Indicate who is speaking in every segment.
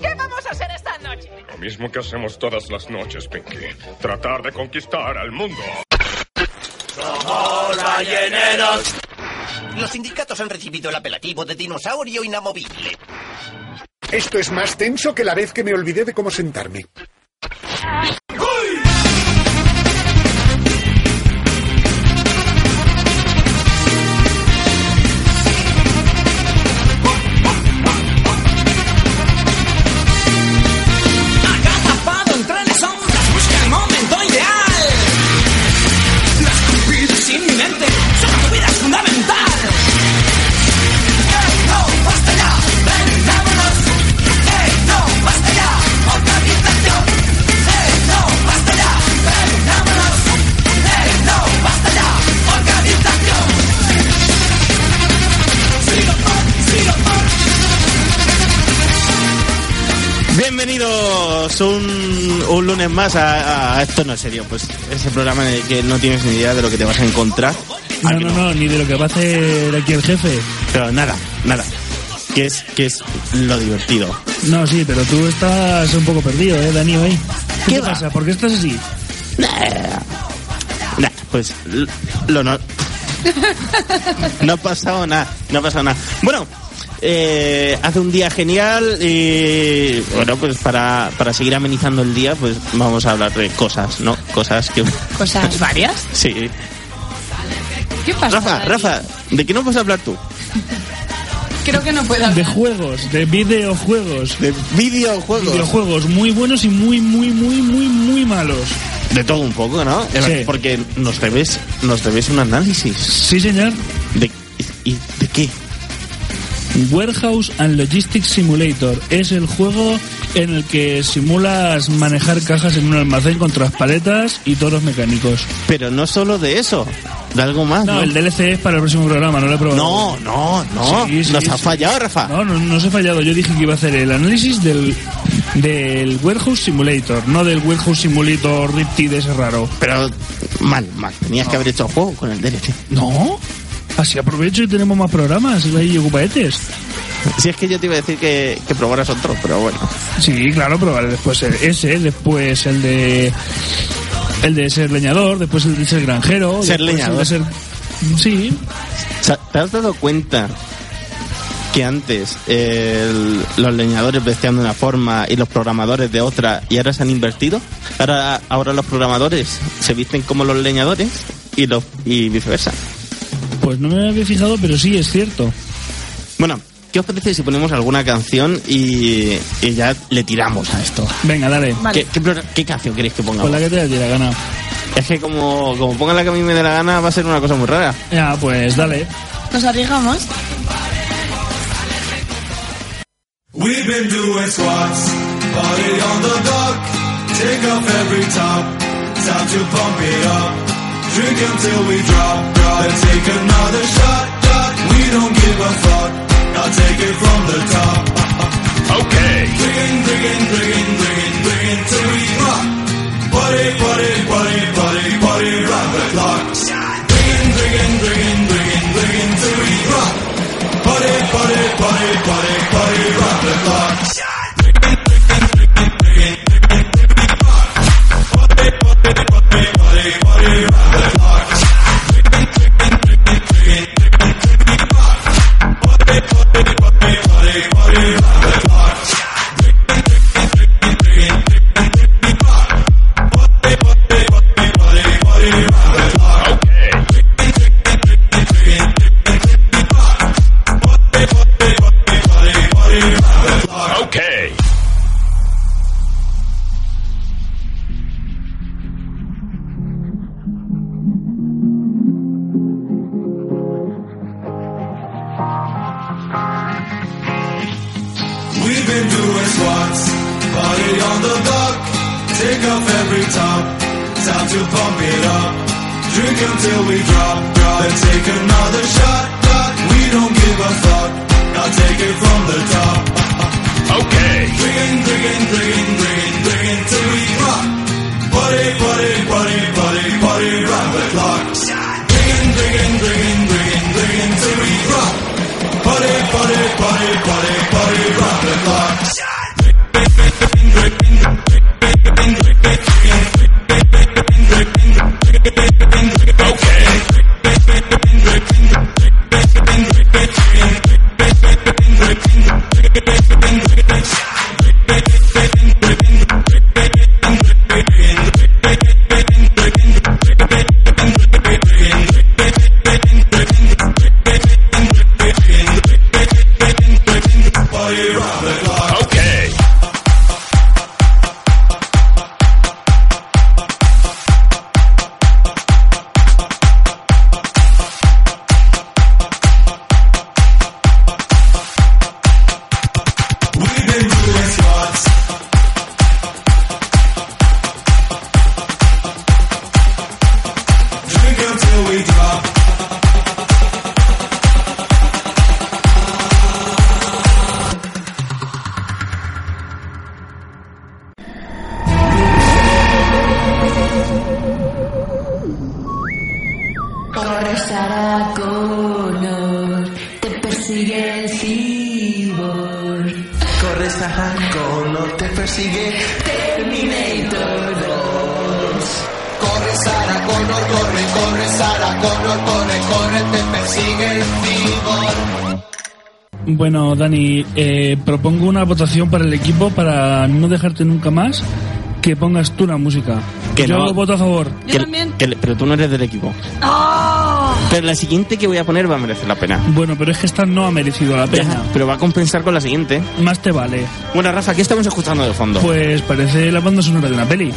Speaker 1: ¿qué vamos a hacer esta noche?
Speaker 2: Lo mismo que hacemos todas las noches, Pinky. Tratar de conquistar al mundo.
Speaker 3: Los sindicatos han recibido el apelativo de dinosaurio inamovible.
Speaker 4: Esto es más tenso que la vez que me olvidé de cómo sentarme.
Speaker 5: Agazapado entre las sombras busca el momento ideal. La estupidez inminente sobre tu vida es fundamental. ¡Ey, no, basta ya! ¡Ven, vámonos! ¡Ey, no, basta ya! ¡Otra habitación! ¡Ey, no, basta ya! ¡Ven, vámonos! ¡Ey, no, basta ya! ¡Otra habitación! ¡Sigo por, sigo por!
Speaker 6: Bienvenidos un, un lunes más a, a Esto no es serio, pues ese programa en el que no tienes ni idea de lo que te vas a encontrar.
Speaker 7: No,
Speaker 6: Aquí
Speaker 7: no, no, ni de lo Ah, que va a hacer aquí el jefe.
Speaker 6: Pero nada, nada. Que es, que es lo divertido.
Speaker 7: No, sí, pero tú estás un poco perdido, ¿eh, Dani, hoy? ¿Qué, te pasa? ¿Por qué estás así?
Speaker 6: Nah, pues l- lo no. No ha pasado nada, no ha pasado nada. Bueno, eh, hace un día genial y bueno, pues para, para seguir amenizando el día, pues vamos a hablar de cosas, ¿no? Cosas que...
Speaker 8: Cosas varias.
Speaker 6: Sí.
Speaker 8: ¿Qué pasa?
Speaker 6: Rafa,
Speaker 8: Dani?
Speaker 6: Rafa, ¿de qué nos vas a hablar tú?
Speaker 8: Creo que no puedo
Speaker 7: De
Speaker 8: hablar.
Speaker 7: juegos, de videojuegos.
Speaker 6: De videojuegos.
Speaker 7: Videojuegos muy buenos y muy, muy, muy, muy, muy malos.
Speaker 6: De todo un poco, ¿no?
Speaker 7: Sí.
Speaker 6: Porque nos debes, nos debes un análisis.
Speaker 7: Sí, señor.
Speaker 6: ¿De, y, de qué?
Speaker 7: Warehouse and Logistics Simulator es el juego en el que simulas manejar cajas en un almacén con paletas y toros mecánicos.
Speaker 6: Pero no solo de eso, de algo más.
Speaker 7: No,
Speaker 6: No,
Speaker 7: el DLC es para el próximo programa, no lo he probado.
Speaker 6: no, no, no.
Speaker 7: Sí, sí,
Speaker 6: nos ha
Speaker 7: sí.
Speaker 6: fallado, Rafa.
Speaker 7: No, no, no os he fallado. Yo dije que iba a hacer el análisis del, del Warehouse Simulator, no del Warehouse Simulator Riptide ese raro.
Speaker 6: Pero mal, mal. Tenías que haber hecho juego con el DLC.
Speaker 7: ¿No? Así aprovecho y tenemos más programas ahí ocupaetes.
Speaker 6: Si es que yo te iba a decir que, que probaras otro, pero bueno.
Speaker 7: Sí, claro, probaré después el- ese, después el de el de ser leñador, después el de ser granjero,
Speaker 6: Ser
Speaker 7: después el
Speaker 6: leñador.
Speaker 7: de ser Sí,
Speaker 6: Sa- ¿Te has dado cuenta que antes el- los leñadores vestían de una forma y los programadores de otra y ahora se han invertido? Ahora, ahora los programadores se visten como los leñadores y, los, y viceversa.
Speaker 7: pues no me había fijado, pero sí es cierto.
Speaker 6: Bueno, ¿qué os parece si ponemos alguna canción y, y ya le tiramos a esto?
Speaker 7: Venga, dale.
Speaker 8: Vale.
Speaker 6: ¿Qué, qué pro- qué canción queréis que
Speaker 7: Con la
Speaker 6: pongamos?
Speaker 7: que te dé la gana.
Speaker 6: Es que como, como pongan la que a mí me dé la gana va a ser una cosa muy rara.
Speaker 7: Ya, pues dale.
Speaker 8: Nos arriesgamos.
Speaker 9: We've been doing squats, party on the dock. Take off every top, time to pump it up. Drink until we drop, drop. Then take another shot, shot. We don't give a fuck. I'll take it from the top.
Speaker 2: Okay.
Speaker 9: Drinking, drinking, drinking, drinking, drinking till we rock. Party, party, party, party, party round the clock. Drinking, drinking, drinking, drinking, drinking till we rock. Party, party, party, party, party round the clock.
Speaker 2: Okay.
Speaker 9: We've been doing squats, Party on the dock, take off every top. Time to pump it up, drink until we drop. drop. Then take another shot, shot. We don't give a fuck. I'll take it from the top.
Speaker 2: Okay.
Speaker 9: Drinking, drinking, drinking, drinking, drinking till we rock. Party, party, party, party, party round the clock. Drinking, drinking, drinking, drinking, drinking till we rock. Party, party, party, party, party round the clock.
Speaker 2: Okay.
Speaker 9: We've been doing squats. Drink until we drop.
Speaker 10: Corres a color, te persigue el cibor.
Speaker 3: Corres a Connor, te persigue
Speaker 10: Terminator 2.
Speaker 3: Corre Sara Connor, corre, corre Sara Connor, corre, corre, te persigue el cibor.
Speaker 7: Bueno, Dani, eh, propongo una votación para el equipo para no dejarte nunca más que pongas tú la música.
Speaker 6: Que
Speaker 7: Yo
Speaker 6: no.
Speaker 7: voto a favor.
Speaker 8: Yo
Speaker 6: Que-
Speaker 8: también. ¡Oh!
Speaker 6: que- pero tú no eres del equipo. Pero la siguiente que voy a poner va a merecer la pena.
Speaker 7: Bueno, pero es que esta no ha merecido la pena.
Speaker 6: Pero va a compensar con la siguiente.
Speaker 7: Más te vale.
Speaker 6: Bueno, Rafa, ¿qué estamos escuchando de fondo?
Speaker 7: Pues parece la banda sonora de una peli.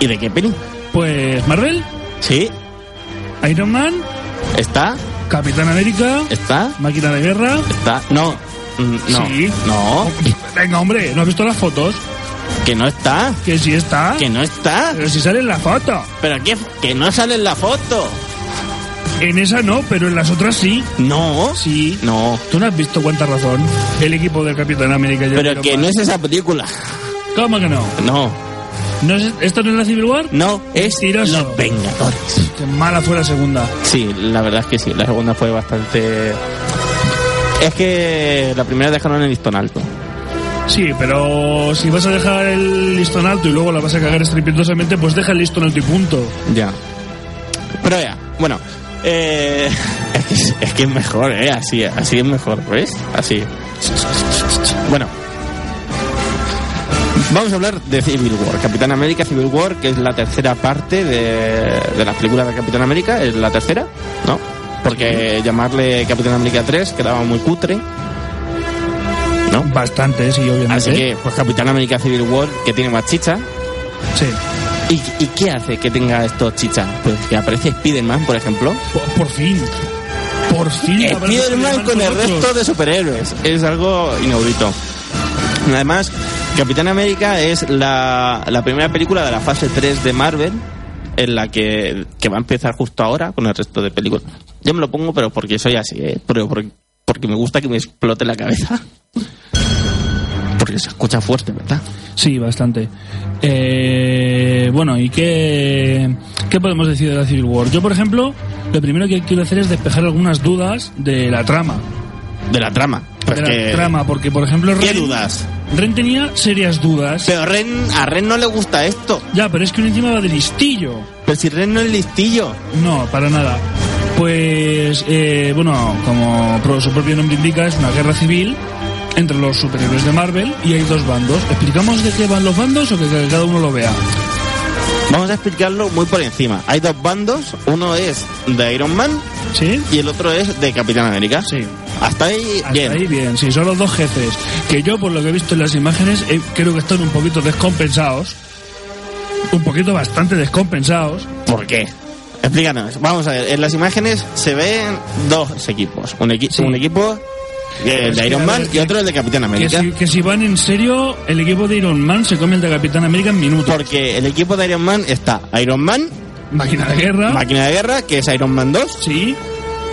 Speaker 6: ¿Y de qué peli?
Speaker 7: Pues Marvel,
Speaker 6: Sí,
Speaker 7: Iron Man,
Speaker 6: está,
Speaker 7: Capitán América,
Speaker 6: está,
Speaker 7: Máquina de Guerra.
Speaker 6: está. No, mm, no,
Speaker 7: Sí.
Speaker 6: no,
Speaker 7: Venga, hombre, ¿no has visto las fotos?
Speaker 6: que no está,
Speaker 7: Que sí está.
Speaker 6: que no está.
Speaker 7: Pero si sale en la foto.
Speaker 6: Pero que, que no sale en la foto.
Speaker 7: En esa no, pero en las otras sí.
Speaker 6: No,
Speaker 7: Sí.
Speaker 6: no.
Speaker 7: Tú no has visto cuánta razón. El equipo del Capitán América. y el
Speaker 6: Pero
Speaker 7: Iron
Speaker 6: que
Speaker 7: Man.
Speaker 6: no es esa película.
Speaker 7: ¿Cómo que no?
Speaker 6: No,
Speaker 7: ¿No es- ¿Esto no es la Civil War?
Speaker 6: no, es
Speaker 7: Mentiroso.
Speaker 6: Los Vengadores.
Speaker 7: Qué mala fue la segunda.
Speaker 6: Sí, la verdad es que sí. La segunda fue bastante. Es que la primera dejaron el listón alto.
Speaker 7: Sí, pero si vas a dejar el listón alto y luego la vas a cagar estrepitosamente, pues deja el listón alto y punto.
Speaker 6: Ya. Pero ya, bueno. eh, es, que, es- es que es mejor, ¿eh? Así, así es mejor, ¿ves? Así. Bueno. Vamos a hablar de Civil War. Capitán América Civil War, que es la tercera parte de, de las películas de Capitán América. Es la tercera, ¿no? Porque llamarle Capitán América 3 quedaba muy cutre. ¿No?
Speaker 7: Bastante, ¿Ah, sí, obviamente.
Speaker 6: Así que, pues Capitán América Civil War, que tiene más chicha,
Speaker 7: Sí.
Speaker 6: ¿Y, y qué hace que tenga estos chichas? Pues que aparece Spider-Man, por ejemplo.
Speaker 7: Por, por fin. Por fin. habrá un
Speaker 6: Spider-Man
Speaker 7: Spider-Man
Speaker 6: con Eh, el
Speaker 7: nosotros.
Speaker 6: resto de superhéroes. Es algo inaudito. Además, Capitán América es la, la primera película de la fase 3 de Marvel, en la que, que va a empezar justo ahora con el resto de películas. Yo me lo pongo, pero porque soy así, ¿eh? Pero por- porque me gusta que me explote la cabeza. Porque se escucha fuerte, ¿verdad?
Speaker 7: Sí, bastante. Eh, bueno, ¿y qué, qué podemos decir de la Civil War? Yo, por ejemplo, lo primero que quiero hacer es despejar algunas dudas de la trama.
Speaker 6: De la trama. Pues
Speaker 7: de
Speaker 6: que-
Speaker 7: la trama, porque, por ejemplo,
Speaker 6: ¿Qué
Speaker 7: Ren-
Speaker 6: dudas?
Speaker 7: Ren tenía serias dudas.
Speaker 6: Pero Ren, a Ren no le gusta esto.
Speaker 7: Ya, pero es que uno encima va de listillo.
Speaker 6: Pero si Ren no es listillo.
Speaker 7: No, para nada. Pues, eh, bueno, como pro- su propio nombre indica, es una guerra civil entre los superhéroes de Marvel y hay dos bandos. ¿Explicamos de qué van los bandos o que que cada uno lo vea?
Speaker 6: Vamos a explicarlo muy por encima. Hay dos bandos. Uno es de Iron Man
Speaker 7: ¿Sí?
Speaker 6: y el otro es de Capitán América.
Speaker 7: Sí.
Speaker 6: Hasta ahí,
Speaker 7: Hasta
Speaker 6: bien.
Speaker 7: ahí bien, sí, son los dos jefes. Que yo, por lo que he visto en las imágenes, eh, creo que están un poquito descompensados. Un poquito bastante descompensados.
Speaker 6: ¿Por qué? Explícanos. Vamos a ver. En las imágenes se ven dos equipos. Un, equi-
Speaker 7: Sí.
Speaker 6: un equipo El de Iron Man y otro el de Capitán
Speaker 7: Que
Speaker 6: América.
Speaker 7: si, que si van en serio, el equipo de Iron Man se come el de Capitán América en minutos.
Speaker 6: Porque el equipo de Iron Man está Iron Man,
Speaker 7: Máquina de guerra.
Speaker 6: Máquina de Guerra, que es Iron Man 2.
Speaker 7: Sí.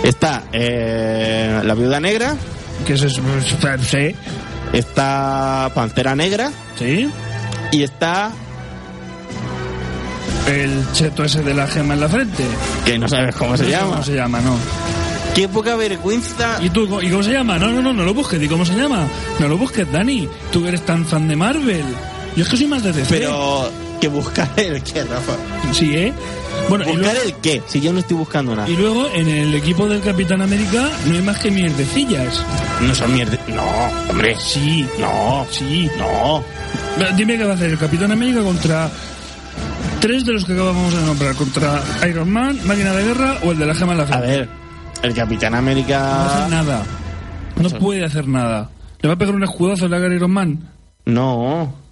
Speaker 6: Está eh, la Viuda Negra,
Speaker 7: Que es, es- es- sí.
Speaker 6: está Pantera Negra
Speaker 7: Sí.
Speaker 6: y está
Speaker 7: El cheto ese de la gema en la frente.
Speaker 6: que no sabes cómo se
Speaker 7: No sé
Speaker 6: llama.
Speaker 7: ¿Cómo se llama, no?
Speaker 6: Qué poca vergüenza.
Speaker 7: ¿Y tú? co- ¿Y cómo se llama? No, no, no, no lo busques. ¿Y cómo se llama? No lo busques, Dani. Tú que eres tan fan de Marvel. Yo es que soy más de DC.
Speaker 6: Pero que buscar el qué, Rafa.
Speaker 7: Sí, ¿eh? Bueno, y
Speaker 6: Buscar
Speaker 7: luego,
Speaker 6: el qué, si yo no estoy buscando nada.
Speaker 7: y luego en el equipo del Capitán América no hay más que mierdecillas.
Speaker 6: No son mierda. No, hombre.
Speaker 7: Sí.
Speaker 6: No,
Speaker 7: Sí.
Speaker 6: no.
Speaker 7: Pero Dime qué va a hacer el Capitán América contra tres de los que acabamos de nombrar. Contra Iron Man, Máquina de Guerra o el de la Gema en la
Speaker 6: A
Speaker 7: Frente.
Speaker 6: ver, ah. el Capitán
Speaker 7: No hace
Speaker 6: América.
Speaker 7: nada. No puede hacer nada. Le va a pegar un escudazo en la cara a Iron Man.
Speaker 6: No.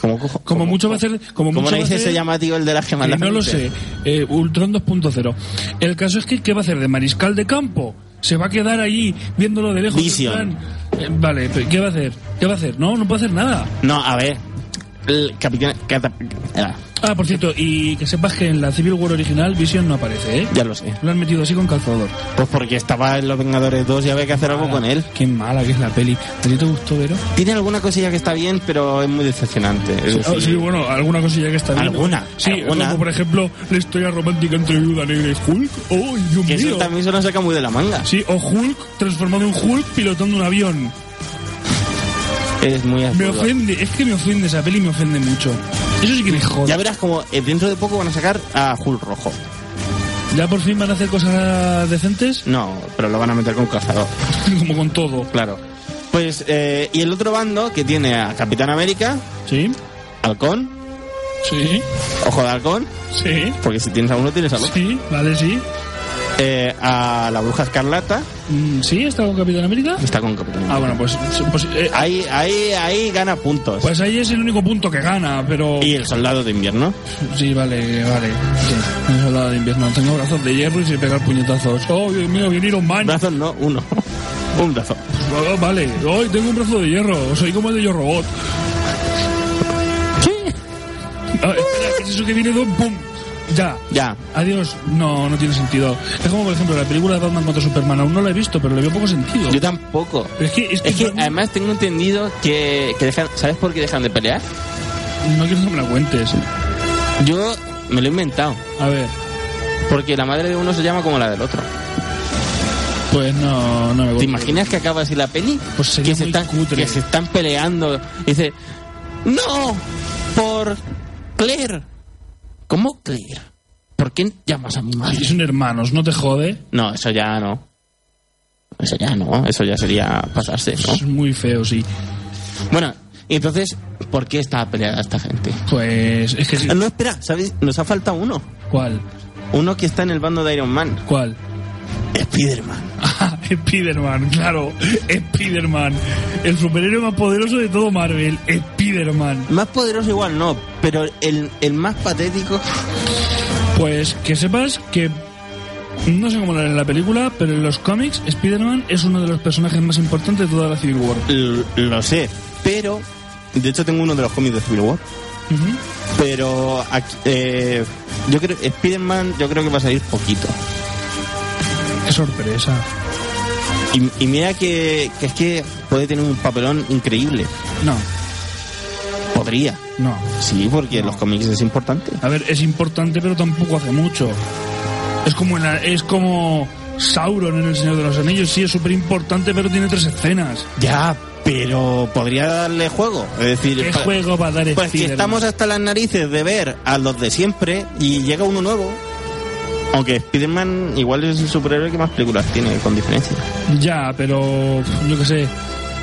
Speaker 6: ¿Cómo cojo?
Speaker 7: Como mucho va a ser. Como
Speaker 6: ¿Cómo
Speaker 7: mucho
Speaker 6: le
Speaker 7: va a
Speaker 6: dice
Speaker 7: ser-
Speaker 6: ese llamativo el de la gema? en
Speaker 7: Eh,
Speaker 6: la
Speaker 7: no lo
Speaker 6: frente?
Speaker 7: sé. Eh, Ultron 2.0. El caso es que, ¿qué va a hacer? ¿De mariscal de campo? ¿Se va a quedar allí viéndolo de lejos?
Speaker 6: Vision.
Speaker 7: en plan, eh, vale, pero ¿qué va a hacer? ¿Qué va a hacer? No, no puede hacer nada.
Speaker 6: No, a ver. El Capitán. Cata- ah,
Speaker 7: Ah, por cierto, y que sepas que en la Civil War original Vision no aparece, ¿eh?
Speaker 6: Ya lo sé.
Speaker 7: Lo han metido así con calzador.
Speaker 6: Pues porque estaba en Los Vengadores 2 y había que hacer algo
Speaker 7: Ah.
Speaker 6: con él.
Speaker 7: Qué mala que es la peli. ¿A ti te gustó, Vero?
Speaker 6: Tiene alguna cosilla que está bien, pero es muy decepcionante. Es
Speaker 7: Ah,
Speaker 6: decir,
Speaker 7: sí, bueno, alguna cosilla que está bien.
Speaker 6: Alguna,
Speaker 7: Sí,
Speaker 6: alguna.
Speaker 7: como por ejemplo la historia romántica entre Viuda Negra y Hulk. ¡Oh, Dios
Speaker 6: que
Speaker 7: mío!
Speaker 6: eso también se lo saca muy de la manga.
Speaker 7: Sí, o Hulk transformado en Hulk pilotando un avión.
Speaker 6: Es muy
Speaker 7: Me
Speaker 6: absurdo.
Speaker 7: ofende, es que me ofende esa peli, me ofende mucho. Eso sí que me jode.
Speaker 6: Ya
Speaker 7: Ya,
Speaker 6: verás como eh, dentro de poco van a sacar a Hulk rojo.
Speaker 7: por fin van a hacer cosas decentes,
Speaker 6: No, pero lo van a meter con cazador.
Speaker 7: como con todo.
Speaker 6: Claro. Pues, eh, y el otro bando que tiene a Capitán América,
Speaker 7: Sí,
Speaker 6: Halcón,
Speaker 7: sí,
Speaker 6: Ojo de Halcón,
Speaker 7: sí,
Speaker 6: porque si tienes a uno tienes al otro.
Speaker 7: sí, vale, sí.
Speaker 6: Eh, a la Bruja Escarlata,
Speaker 7: Mm, ¿Sí? ¿Está con Capitán América?
Speaker 6: que está con Capitán América.
Speaker 7: Ah, bueno, pues, pues, eh,
Speaker 6: Ahí, ahí, ahí gana puntos.
Speaker 7: pues ahí es el único punto que gana, pero...
Speaker 6: Y el Soldado de Invierno.
Speaker 7: Sí, vale, vale. Sí, me he hablado de invierno. Tengo brazos de hierro y sé pegar puñetazos. Oh, Dios mío, vinieron man.
Speaker 6: Brazos no, uno. Un brazo.
Speaker 7: Oh, vale, hoy tengo un brazo de hierro. Soy como el de Yo Robot. Ah, espera, ¿qué es eso que viene de un pum? Ya.
Speaker 6: Ya.
Speaker 7: Adiós. No, no tiene sentido. Es como, por ejemplo, la película de Batman contra Superman. Aún no la he visto, pero le veo poco sentido.
Speaker 6: Yo tampoco.
Speaker 7: Pero es que, es que,
Speaker 6: Es que
Speaker 7: Batman-
Speaker 6: además tengo entendido que, que dejan. ¿Sabes por qué dejan de pelear?
Speaker 7: no quiero que me la cuentes.
Speaker 6: Yo me lo he inventado.
Speaker 7: A ver,
Speaker 6: Porque la madre de uno se llama como la del otro.
Speaker 7: pues no, no me
Speaker 6: ¿Te
Speaker 7: gusta.
Speaker 6: imaginas que acaba así la peli?
Speaker 7: Pues sería
Speaker 6: que, se
Speaker 7: muy
Speaker 6: están,
Speaker 7: cutre.
Speaker 6: que se están peleando. Dice, no, por Claire. ¿Cómo Claire? ¿Por qué llamas a mi
Speaker 7: Y
Speaker 6: madre?
Speaker 7: son hermanos, no te jode.
Speaker 6: No, eso ya no. Eso ya no, eso ya sería pasarse,
Speaker 7: Es
Speaker 6: ¿no?
Speaker 7: muy feo, sí.
Speaker 6: Bueno, y entonces, ¿por qué está peleada esta gente?
Speaker 7: Pues es que sí.
Speaker 6: Ah, No, espera, ¿sabes? Nos ha faltado uno.
Speaker 7: ¿Cuál?
Speaker 6: Uno que está en el bando de Iron Man.
Speaker 7: ¿Cuál?
Speaker 6: Spider-Man.
Speaker 7: Ah, Spider-Man, claro, Spider-Man, el superhéroe más poderoso de todo Marvel, Spider-Man.
Speaker 6: Más poderoso igual no, pero el, el más patético...
Speaker 7: Pues que sepas que no sé cómo lo harán en la película, pero en los cómics Spider-Man es uno de los personajes más importantes de toda la Civil War.
Speaker 6: L- lo sé, pero... De hecho tengo uno de los cómics de Civil War.
Speaker 7: Ujú.
Speaker 6: Pero aquí- eh, yo creo Spider-Man yo creo que va a salir poquito.
Speaker 7: Qué sorpresa.
Speaker 6: Y, y mira que, que es que puede tener un papelón increíble.
Speaker 7: No,
Speaker 6: Podría.
Speaker 7: no.
Speaker 6: Sí, porque los cómics es importante.
Speaker 7: A ver, es importante, pero tampoco hace mucho. Es como en la- es como Sauron en El Señor de los Anillos, sí es súper importante, pero tiene tres escenas.
Speaker 6: Ya, pero podría darle juego. Es decir,
Speaker 7: ¿Qué
Speaker 6: pa-
Speaker 7: juego va a dar
Speaker 6: pues que
Speaker 7: Spider-Man?
Speaker 6: estamos hasta las narices de ver a los de siempre y llega uno nuevo. Aunque Spider-Man igual es el superhéroe que más películas tiene, con diferencia.
Speaker 7: Ya, pero pf, yo qué sé,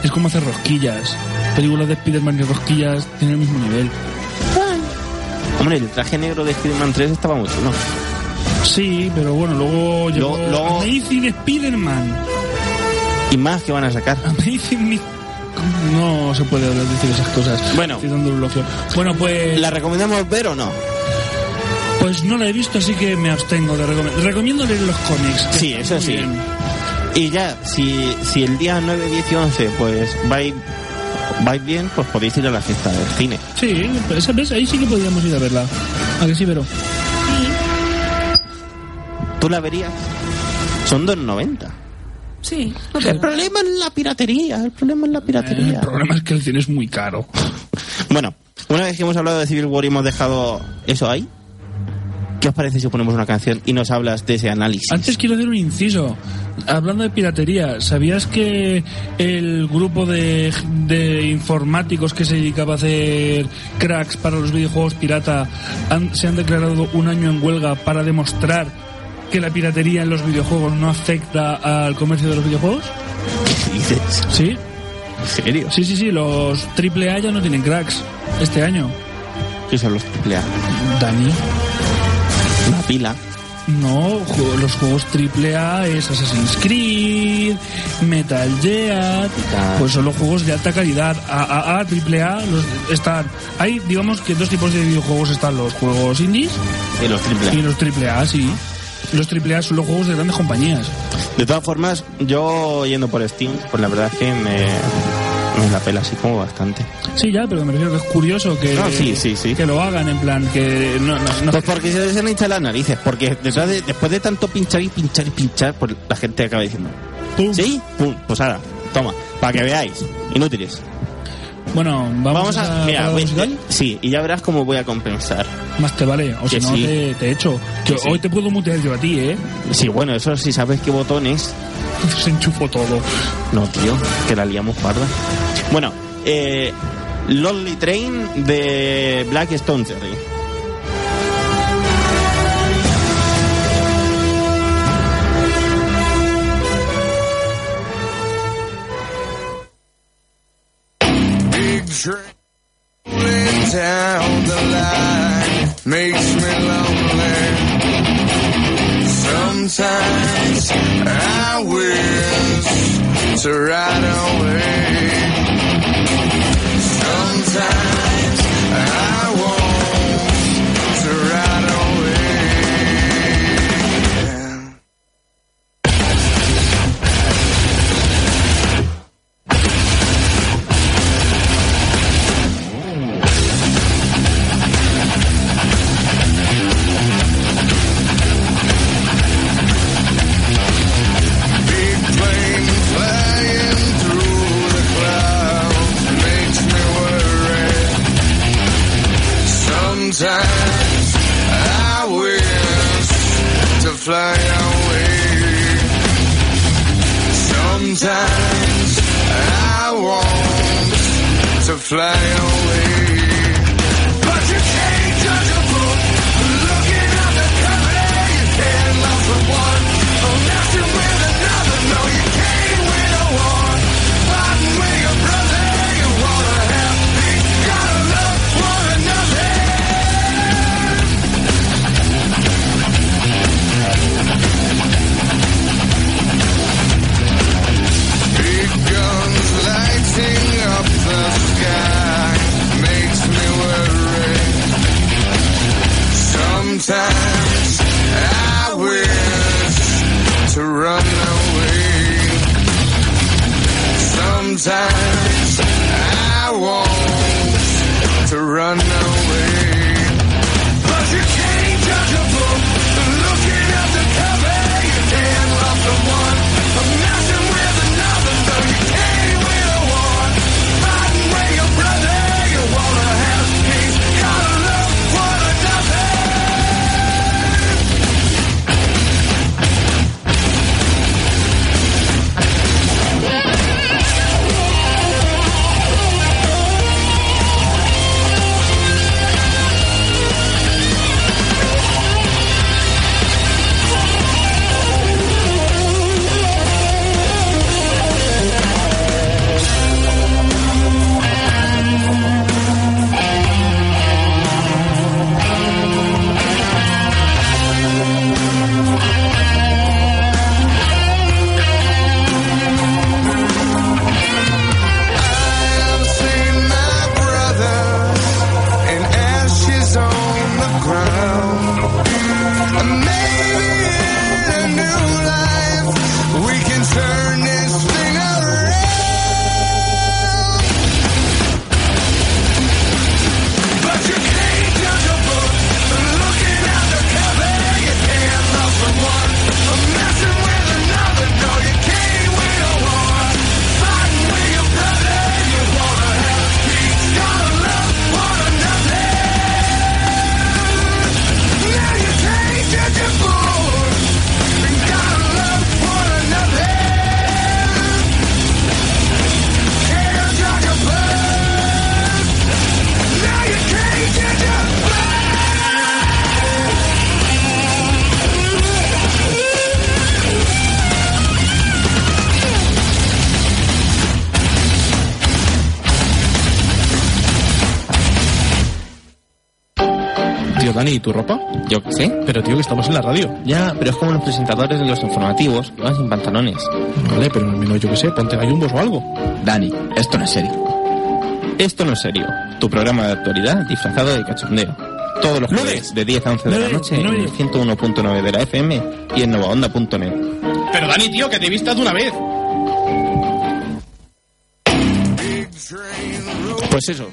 Speaker 7: es como hacer rosquillas. Películas de Spider-Man y rosquillas tienen el mismo nivel.
Speaker 6: Hombre, el traje negro de Spider-Man 3 estaba muy chulo.
Speaker 7: Sí, pero bueno, luego llegó
Speaker 6: Lo- lo-
Speaker 7: Amazing Spider-Man.
Speaker 6: Y más que van a sacar.
Speaker 7: Amazing Mi- No se puede hablar- decir esas cosas.
Speaker 6: Bueno.
Speaker 7: Estoy dando un bloqueo. Bueno, pues,
Speaker 6: ¿La recomendamos ver o no?
Speaker 7: pues no la he visto, así que me abstengo de recomendar. Recomiendo leer los cómics. que
Speaker 6: Sí,
Speaker 7: están
Speaker 6: eso
Speaker 7: muy
Speaker 6: sí.
Speaker 7: bien.
Speaker 6: Y ya, si, si el día 9, 10 y 11 pues vais, vais bien, pues podéis ir a la fiesta del cine.
Speaker 7: Sí, esa vez ahí sí que podríamos ir a verla. ¿A que sí, pero
Speaker 6: Tú la verías. Son 2,90.
Speaker 8: Sí.
Speaker 6: El problema es la piratería, el problema es la piratería.
Speaker 7: El problema es que el cine es muy caro.
Speaker 6: Bueno, una vez que hemos hablado de Civil War y hemos dejado eso ahí, ¿qué os parece si ponemos una canción y nos hablas de ese análisis?
Speaker 7: Antes quiero hacer un inciso. Hablando de piratería, ¿sabías que el grupo de, de informáticos que se dedicaba a hacer cracks para los videojuegos pirata han- se han declarado un año en huelga para demostrar que la piratería en los videojuegos no afecta al comercio de los videojuegos?
Speaker 6: ¿Qué dices?
Speaker 7: ¿Sí?
Speaker 6: ¿En serio?
Speaker 7: Sí, sí, sí, los AAA ya no tienen cracks este año.
Speaker 6: ¿Qué son los AAA?
Speaker 7: Dani.
Speaker 6: Una pila.
Speaker 7: No, ju- los juegos AAA es Assassin's Creed, Metal Gear,
Speaker 6: Metal.
Speaker 7: pues son los juegos de alta calidad. AAA, AAA, los están. Hay, digamos que dos tipos de videojuegos están los juegos indies
Speaker 6: Y los AAA.
Speaker 7: y los AAA, sí. Los AAA son los juegos de grandes compañías.
Speaker 6: De todas formas, yo yendo por Steam, pues la verdad es que me, me la pela así como bastante.
Speaker 7: Sí, ya, pero me refiero que es curioso que,
Speaker 6: No, Ah, sí, sí, sí.
Speaker 7: que lo hagan en plan que no, no, no-
Speaker 6: Pues porque se les han hinchado las narices, porque detrás de- después de tanto pinchar y pinchar y pinchar, pues la gente acaba diciendo,
Speaker 7: Pum.
Speaker 6: ¿sí? Pum, pues ahora, toma, para que veáis, inútiles.
Speaker 7: Bueno, vamos,
Speaker 6: Vamos a... Mira,
Speaker 7: parar
Speaker 6: voy-
Speaker 7: musical.
Speaker 6: sí, y ya verás cómo voy a compensar.
Speaker 7: Más te vale, o si
Speaker 6: Que
Speaker 7: no
Speaker 6: sí.
Speaker 7: te, te echo. Que
Speaker 6: Que sí.
Speaker 7: hoy te puedo mutear yo a ti, ¿eh?
Speaker 6: Sí, bueno, eso si sabes qué botones...
Speaker 7: Se enchufo todo.
Speaker 6: No, tío, que la liamos parda. Bueno, eh, Lonely Train de Black Stone Cherry.
Speaker 9: Big train rolling down the line makes me lonely. Sometimes I wish to ride away. Sometimes I want to ride away. Big plane flying through the clouds makes me worry. Sometimes I wish to fly away. Sometimes I want to fly away. But you can't judge a book looking at the cover. You can't love someone unless you're with another. No, you can't win a war. Fighting with your brother, you wanna have peace. Gotta love one another. Big guns lighting up the sky makes me worry. Sometimes I wish to run away. Sometimes I want to run away. But you can't judge a book looking at the cover. You can't love someone but messing with another. No, you can't win a war. Fighting with your brother, you wanna have peace. Gotta love one another.
Speaker 10: Thank
Speaker 11: Dani, ¿y tu ropa?
Speaker 6: Yo qué sé.
Speaker 11: Pero tío, que estamos en la radio.
Speaker 6: Ya, pero es como los presentadores de los informativos, que van sin pantalones.
Speaker 11: Vale, pero no, yo qué sé, ponte gallumbos o algo.
Speaker 6: Dani, esto no es serio. Esto no es serio. Tu programa de actualidad disfrazado de cachondeo. Todos los
Speaker 11: No
Speaker 6: jueves
Speaker 11: es.
Speaker 6: de 10 a 11 de
Speaker 11: No
Speaker 6: la
Speaker 11: es,
Speaker 6: noche
Speaker 11: no
Speaker 6: en el
Speaker 11: es.
Speaker 6: 101.9 de la FM y en novaonda.net.
Speaker 11: Pero Dani, tío, que te vistas de una vez.
Speaker 6: Pues eso.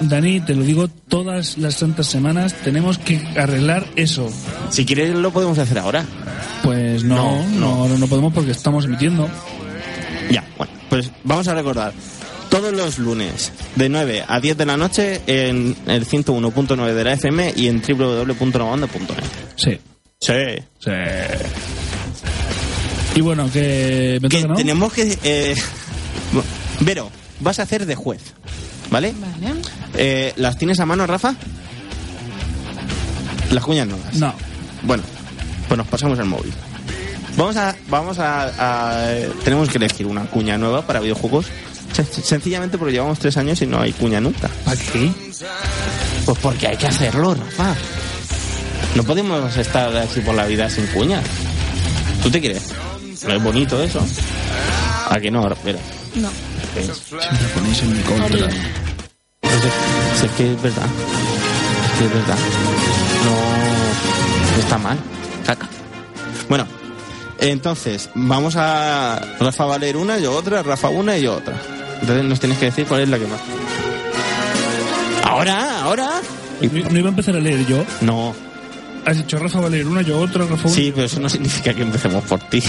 Speaker 7: Dani, te lo digo todas las santas semanas, tenemos que arreglar eso.
Speaker 6: Si quieres lo podemos hacer ahora.
Speaker 7: Pues no,
Speaker 6: No,
Speaker 7: no, no, no podemos porque estamos emitiendo.
Speaker 6: Ya, bueno, pues vamos a recordar. Todos los lunes, de 9 a 10 de la noche, en el 101.9 de la FM y en www.novaonda.net.
Speaker 7: Sí.
Speaker 6: Sí.
Speaker 7: Sí. Y bueno, que me
Speaker 6: Que
Speaker 7: toca, ¿no?
Speaker 6: tenemos que... eh, Vero, vas a hacer de juez, ¿vale?
Speaker 8: Vale.
Speaker 6: Eh, ¿Las tienes a mano, Rafa? Las cuñas no las.
Speaker 7: No.
Speaker 6: Bueno, pues nos pasamos al móvil. Vamos a... Vamos a, a- tenemos que elegir una cuña nueva para videojuegos. Sen- Sencillamente porque llevamos tres años y no hay cuña nunca.
Speaker 7: ¿Para qué?
Speaker 6: Pues porque hay que hacerlo, Rafa. No podemos estar así por la vida sin cuñas. ¿Tú te crees? No es bonito eso. ¿A que no, Rafa?
Speaker 8: No.
Speaker 11: Siempre ponéis en mi contra.
Speaker 6: Entonces, si es que es verdad. Es que es verdad. No, no está mal. Caca. Bueno, entonces, vamos a Rafa va a leer una, yo otra, Rafa una y yo otra. Entonces nos tienes que decir cuál es la que más. Ahora, ahora.
Speaker 7: No no iba a empezar a leer yo.
Speaker 6: No,
Speaker 7: Has dicho Rafa va a leer una, yo otra, Rafa. una.
Speaker 6: sí, pero eso no significa que empecemos por ti.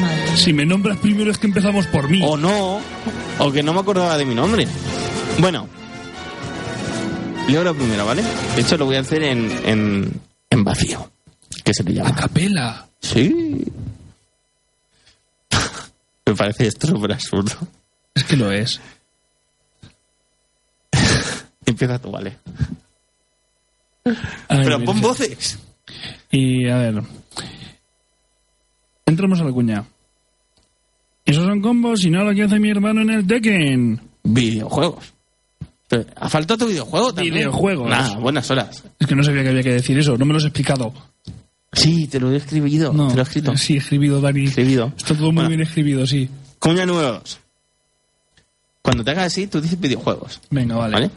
Speaker 8: Madre.
Speaker 7: Si me nombras primero es que empezamos por mí.
Speaker 6: O no, o que no me acordaba de mi nombre. Bueno, leo la primera, ¿vale? De hecho, lo voy a hacer en, en, en vacío. Que se pillaba.
Speaker 11: Capela.
Speaker 6: Sí. Me parece esto súper absurdo.
Speaker 7: Es que lo es.
Speaker 6: Empieza tú, vale.
Speaker 7: A ver,
Speaker 6: Pero pon
Speaker 7: Virgen.
Speaker 6: voces.
Speaker 7: Y a ver. Entramos a la cuña. Esos son combos y no lo que hace mi hermano en el Tekken.
Speaker 6: Videojuegos. Pero, ¿Ha faltado tu videojuego también?
Speaker 7: Videojuegos.
Speaker 6: Nah, buenas horas.
Speaker 7: Es que no sabía que había que decir eso, no me lo has explicado.
Speaker 6: Sí, te lo he escribido.
Speaker 7: No.
Speaker 6: Te lo he escrito.
Speaker 7: Sí, escribido, Dani.
Speaker 6: Escribido.
Speaker 7: Está todo muy
Speaker 6: Bueno.
Speaker 7: bien escribido, sí.
Speaker 6: Cuña número dos. Cuando te hagas así, tú dices videojuegos.
Speaker 7: Venga, vale.
Speaker 6: ¿Vale?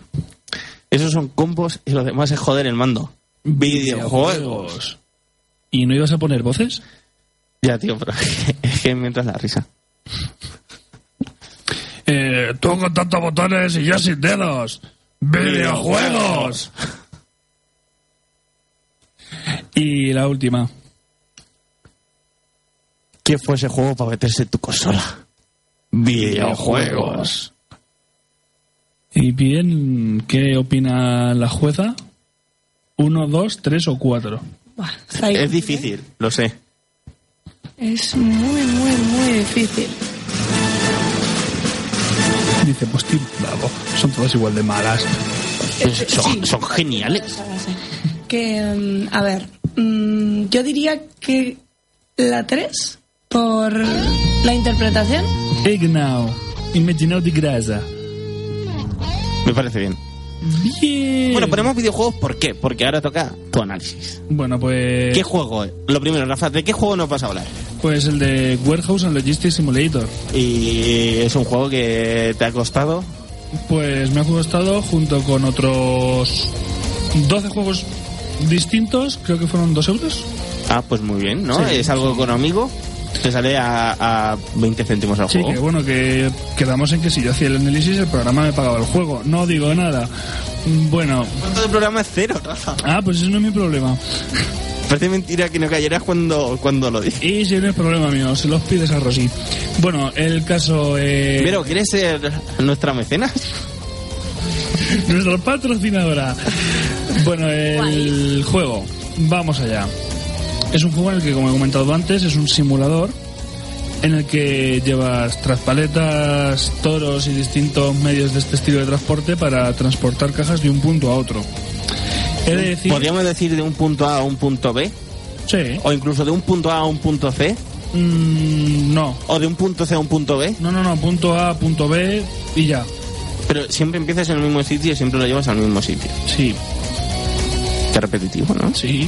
Speaker 6: Esos son combos y lo demás es joder el mando. Videojuegos.
Speaker 7: ¿Y no ibas a poner voces?
Speaker 6: Ya, tío, pero es que me entra la risa.
Speaker 7: Eh, tú con tantos botones y yo sin dedos. ¡Videojuegos! y la última.
Speaker 6: ¿Qué fue ese juego para meterse en tu consola? Videojuegos.
Speaker 7: Y bien, ¿qué opina la jueza? ¿Uno, dos, tres o cuatro?
Speaker 8: Buah, está ahí.
Speaker 6: Es difícil, lo sé.
Speaker 8: Es muy, muy, muy difícil.
Speaker 7: Dice, pues tío, bravo, son todas igual de malas.
Speaker 6: Pero
Speaker 8: Sí.
Speaker 6: son, son geniales.
Speaker 8: Que, mm, a ver, mm, yo diría que la 3 por la interpretación.
Speaker 7: Egg now, imaginaos de grasa.
Speaker 6: Me parece bien.
Speaker 7: Bien.
Speaker 6: Bueno, ponemos videojuegos, ¿por qué? Porque ahora toca tu análisis.
Speaker 7: Bueno, pues,
Speaker 6: ¿Qué juego? es? Lo primero, Rafa, ¿de qué juego nos vas a hablar?
Speaker 7: pues el de Warehouse and Logistics Simulator.
Speaker 6: Y es un juego que te ha costado.
Speaker 7: Pues me ha gustado junto con otros 12 juegos distintos, creo que fueron 2 euros.
Speaker 6: Ah, pues muy bien, ¿no?
Speaker 7: Sí,
Speaker 6: es algo económico. Te sale a, a 20 céntimos al
Speaker 7: Sí,
Speaker 6: juego.
Speaker 7: que bueno, que quedamos en que si yo hacía el análisis el programa me pagaba el juego. No digo nada. Bueno,
Speaker 6: ¿Cuánto del programa es cero, Rafa?
Speaker 7: ah, pues eso no es mi problema.
Speaker 6: Parece mentira que no cayeras cuando, cuando lo dije.
Speaker 7: Y si no es problema mío, se los pides a Rosy. Bueno, el caso eh,
Speaker 6: Pero, ¿quieres ser nuestra mecenas?
Speaker 7: nuestra patrocinadora. Bueno, el juego. Vamos allá. Es un juego en el que, como he comentado antes, es un simulador en el que llevas traspaletas, toros y distintos medios de este estilo de transporte para transportar cajas de un punto a otro. He de decir...
Speaker 6: Podríamos decir de un punto A a un punto B,
Speaker 7: Sí.
Speaker 6: o incluso de un punto A a un punto C,
Speaker 7: Mm, no.
Speaker 6: o de un punto C a un punto B,
Speaker 7: No, no, no. Punto A, punto B y ya.
Speaker 6: pero siempre empiezas en el mismo sitio y siempre lo llevas al mismo sitio.
Speaker 7: Sí.
Speaker 6: Qué repetitivo, ¿no?
Speaker 7: Sí.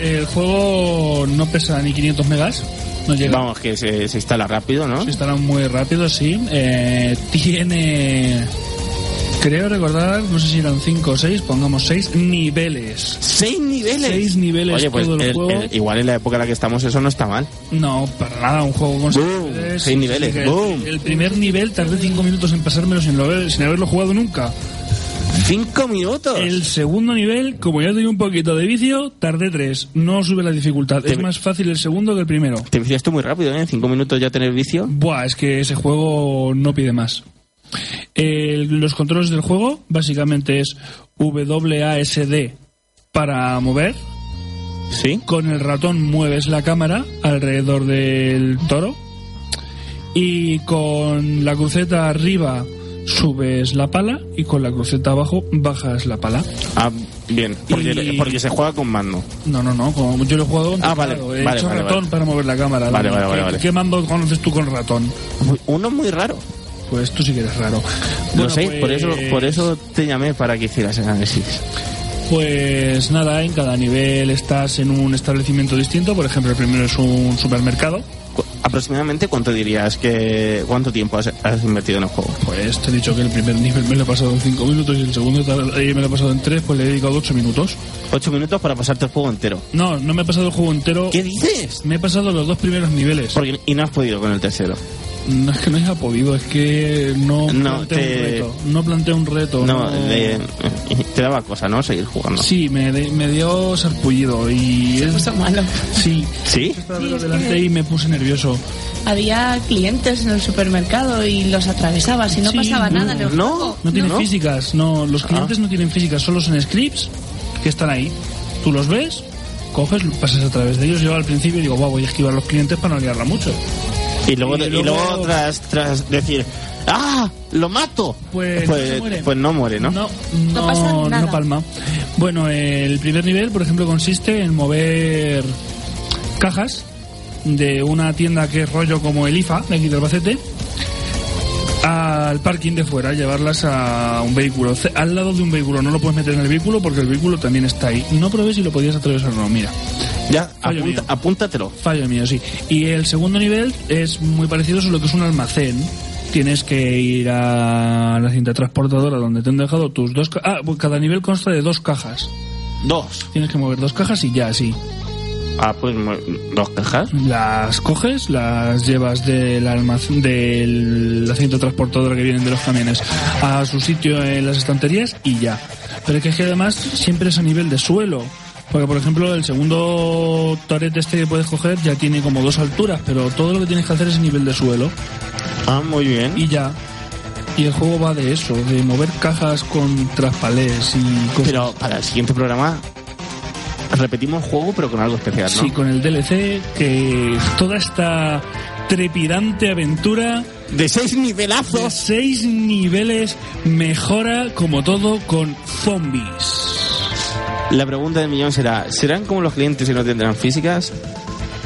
Speaker 7: El, el juego no pesa ni 500 megas. No llega.
Speaker 6: Vamos, que se, se instala rápido, ¿no?
Speaker 7: Se instalan muy rápido, sí. Eh, tiene. Creo recordar, no sé si eran 5 o 6, pongamos 6 niveles.
Speaker 6: ¡Seis niveles!
Speaker 7: Seis niveles
Speaker 6: Oye, pues
Speaker 7: todo el
Speaker 6: el-
Speaker 7: juego.
Speaker 6: el- igual en la época en la que estamos eso no está mal.
Speaker 7: No, para nada, un juego con
Speaker 6: Boom, seis
Speaker 7: sí,
Speaker 6: niveles,
Speaker 7: que el-
Speaker 6: boom.
Speaker 7: El primer nivel tardé 5 minutos en pasármelo sin, lo haber- sin haberlo jugado nunca.
Speaker 6: ¡Cinco minutos!
Speaker 7: El segundo nivel, como ya tenía un poquito de vicio, tardé 3. No sube la dificultad.
Speaker 6: Te-
Speaker 7: Es más fácil el segundo que el primero.
Speaker 6: Te vicias tú muy rápido, ¿eh? En cinco minutos ya tener vicio.
Speaker 7: Buah, es que ese juego no pide más. Eh, los controles del juego básicamente es WASD para mover.
Speaker 6: Sí.
Speaker 7: Con el ratón mueves la cámara alrededor del toro. Y con la cruceta arriba subes la pala y con la cruceta abajo bajas la pala.
Speaker 6: Ah, bien. Porque,
Speaker 7: Y-
Speaker 6: porque se juega con mando.
Speaker 7: No, no, no, como yo lo he jugado con
Speaker 6: Ah, vale,
Speaker 7: teclado, he
Speaker 6: vale,
Speaker 7: hecho
Speaker 6: vale,
Speaker 7: ratón
Speaker 6: vale.
Speaker 7: para mover la cámara.
Speaker 6: Vale,
Speaker 7: ¿no?
Speaker 6: vale, vale,
Speaker 7: ¿Qué-
Speaker 6: vale.
Speaker 7: ¿Qué mando conoces tú con ratón?
Speaker 6: Uno muy raro.
Speaker 7: Pues tú sí que eres raro. Bueno,
Speaker 6: lo sé, por eso
Speaker 7: pues-
Speaker 6: por eso te llamé para que hicieras análisis.
Speaker 7: Pues nada, en cada nivel estás en un establecimiento distinto. Por ejemplo, el primero es un supermercado.
Speaker 6: Cu- ¿Aproximadamente cuánto dirías que... ¿Cuánto tiempo has, has invertido en el juego?
Speaker 7: Pues te he dicho que el primer nivel me lo he pasado en 5 minutos y el segundo tal- eh, me lo he pasado en 3, pues le he dedicado 8 minutos.
Speaker 6: Ocho minutos para pasarte el juego entero.
Speaker 7: No, no me he pasado el juego entero.
Speaker 6: ¿Qué dices?
Speaker 7: Me he pasado los dos primeros niveles.
Speaker 6: Porque, y no has podido con el tercero.
Speaker 7: No es que no haya podido, es que no,
Speaker 6: No,
Speaker 7: plantea
Speaker 6: te-
Speaker 7: un reto. No plantea un reto.
Speaker 6: No,
Speaker 7: no-
Speaker 6: de- te daba cosa, ¿no? Seguir jugando.
Speaker 7: Sí, me, de- me dio sarpullido y... es-
Speaker 8: malo.
Speaker 7: Sí,
Speaker 6: ¿Sí?
Speaker 7: estaba
Speaker 8: Sí, es
Speaker 7: delante
Speaker 8: que-
Speaker 7: y me puse nervioso.
Speaker 8: Había clientes en el supermercado y los atravesabas y no
Speaker 7: Sí,
Speaker 8: pasaba nada. en el
Speaker 6: no,
Speaker 8: juego.
Speaker 7: No tienen
Speaker 6: ¿No?
Speaker 7: físicas, no, los clientes no tienen físicas, solo son scripts que están ahí. Tú los ves, coges, pasas a través de ellos. Yo al principio digo, "Buah, voy a esquivar a los clientes para no liarla mucho.
Speaker 6: Y luego,
Speaker 7: Y
Speaker 6: y
Speaker 7: luego-
Speaker 6: luego tras, tras decir, ¡ah! ¡Lo mato!
Speaker 7: Pues, no se muere.
Speaker 6: pues no muere, ¿no?
Speaker 7: No,
Speaker 8: No
Speaker 7: no,
Speaker 8: pasa nada.
Speaker 7: no palma. Bueno, el primer nivel, por ejemplo, consiste en mover cajas de una tienda que es rollo como el IFA, de aquí de Albacete, al parking de fuera, llevarlas a un vehículo, ce- al lado de un vehículo. No lo puedes meter en el vehículo porque el vehículo también está ahí. No probé si lo podías atravesar o no, mira.
Speaker 6: Ya,
Speaker 7: Fallo
Speaker 6: apunta-
Speaker 7: mío.
Speaker 6: apúntatelo.
Speaker 7: Fallo mío, sí. Y el segundo nivel es muy parecido, solo que es un almacén. Tienes que ir a la cinta transportadora donde te han dejado tus dos ca- Ah, pues cada nivel consta de dos cajas.
Speaker 6: Dos.
Speaker 7: Tienes que mover dos cajas y ya, sí.
Speaker 6: Ah, pues mu- dos cajas.
Speaker 7: Las coges, las llevas del almacén, de la cinta transportadora que vienen de los camiones a su sitio en las estanterías y ya. Pero es que, es que además siempre es a nivel de suelo. Porque, por ejemplo, el segundo taret este que puedes coger ya tiene como dos alturas, pero todo lo que tienes que hacer es a nivel de suelo
Speaker 6: Ah, muy bien.
Speaker 7: y ya. Y el juego va de eso, de mover cajas con traspalés y cosas.
Speaker 6: Pero para el siguiente programa repetimos juego, pero con algo especial, ¿no?
Speaker 7: Sí, con el DLC, que toda esta trepidante aventura
Speaker 6: De seis
Speaker 7: de
Speaker 6: nivelazos.
Speaker 7: seis niveles mejora como todo con zombies.
Speaker 6: La pregunta del millón será, ¿serán como los clientes que no tendrán físicas?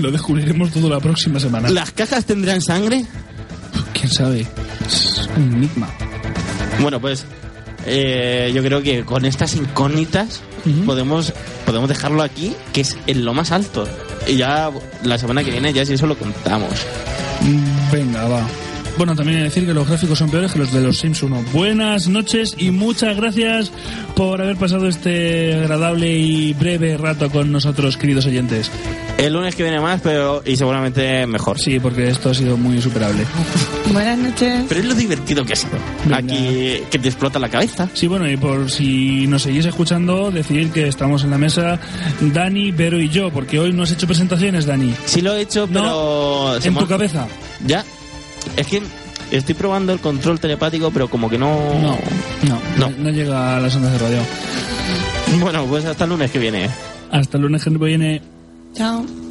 Speaker 7: Lo descubriremos todo la próxima semana.
Speaker 6: ¿Las cajas tendrán sangre?
Speaker 7: ¿Quién sabe? Es un enigma.
Speaker 6: Bueno, pues eh, yo creo que con estas incógnitas
Speaker 7: Ujú.
Speaker 6: podemos, podemos dejarlo aquí, que es en lo más alto. Y ya la semana que viene, ya si eso lo contamos.
Speaker 7: Mm, Venga, va. Bueno, también he de decir que los gráficos son peores que los de los Sims 1. Buenas noches y muchas gracias por haber pasado este agradable y breve rato con nosotros, queridos oyentes.
Speaker 6: El lunes que viene más, pero y seguramente mejor.
Speaker 7: Sí, porque esto ha sido muy superable.
Speaker 8: Buenas noches.
Speaker 6: Pero es lo divertido que ha sido.
Speaker 7: Venga.
Speaker 6: Aquí que te explota la cabeza.
Speaker 7: Sí, bueno, y por si nos seguís escuchando, decir que estamos en la mesa Dani, Vero y yo, porque hoy no has hecho presentaciones, Dani.
Speaker 6: Sí lo he hecho,
Speaker 7: No,
Speaker 6: pero... se
Speaker 7: En
Speaker 6: me
Speaker 7: tu
Speaker 6: ha-
Speaker 7: cabeza.
Speaker 6: Ya. Es que estoy probando el control telepático, pero como que no...
Speaker 7: No, no,
Speaker 6: No.
Speaker 7: no, llega a las ondas de radio.
Speaker 6: Bueno, pues hasta el lunes que viene.
Speaker 7: Hasta el lunes que viene.
Speaker 8: Chao.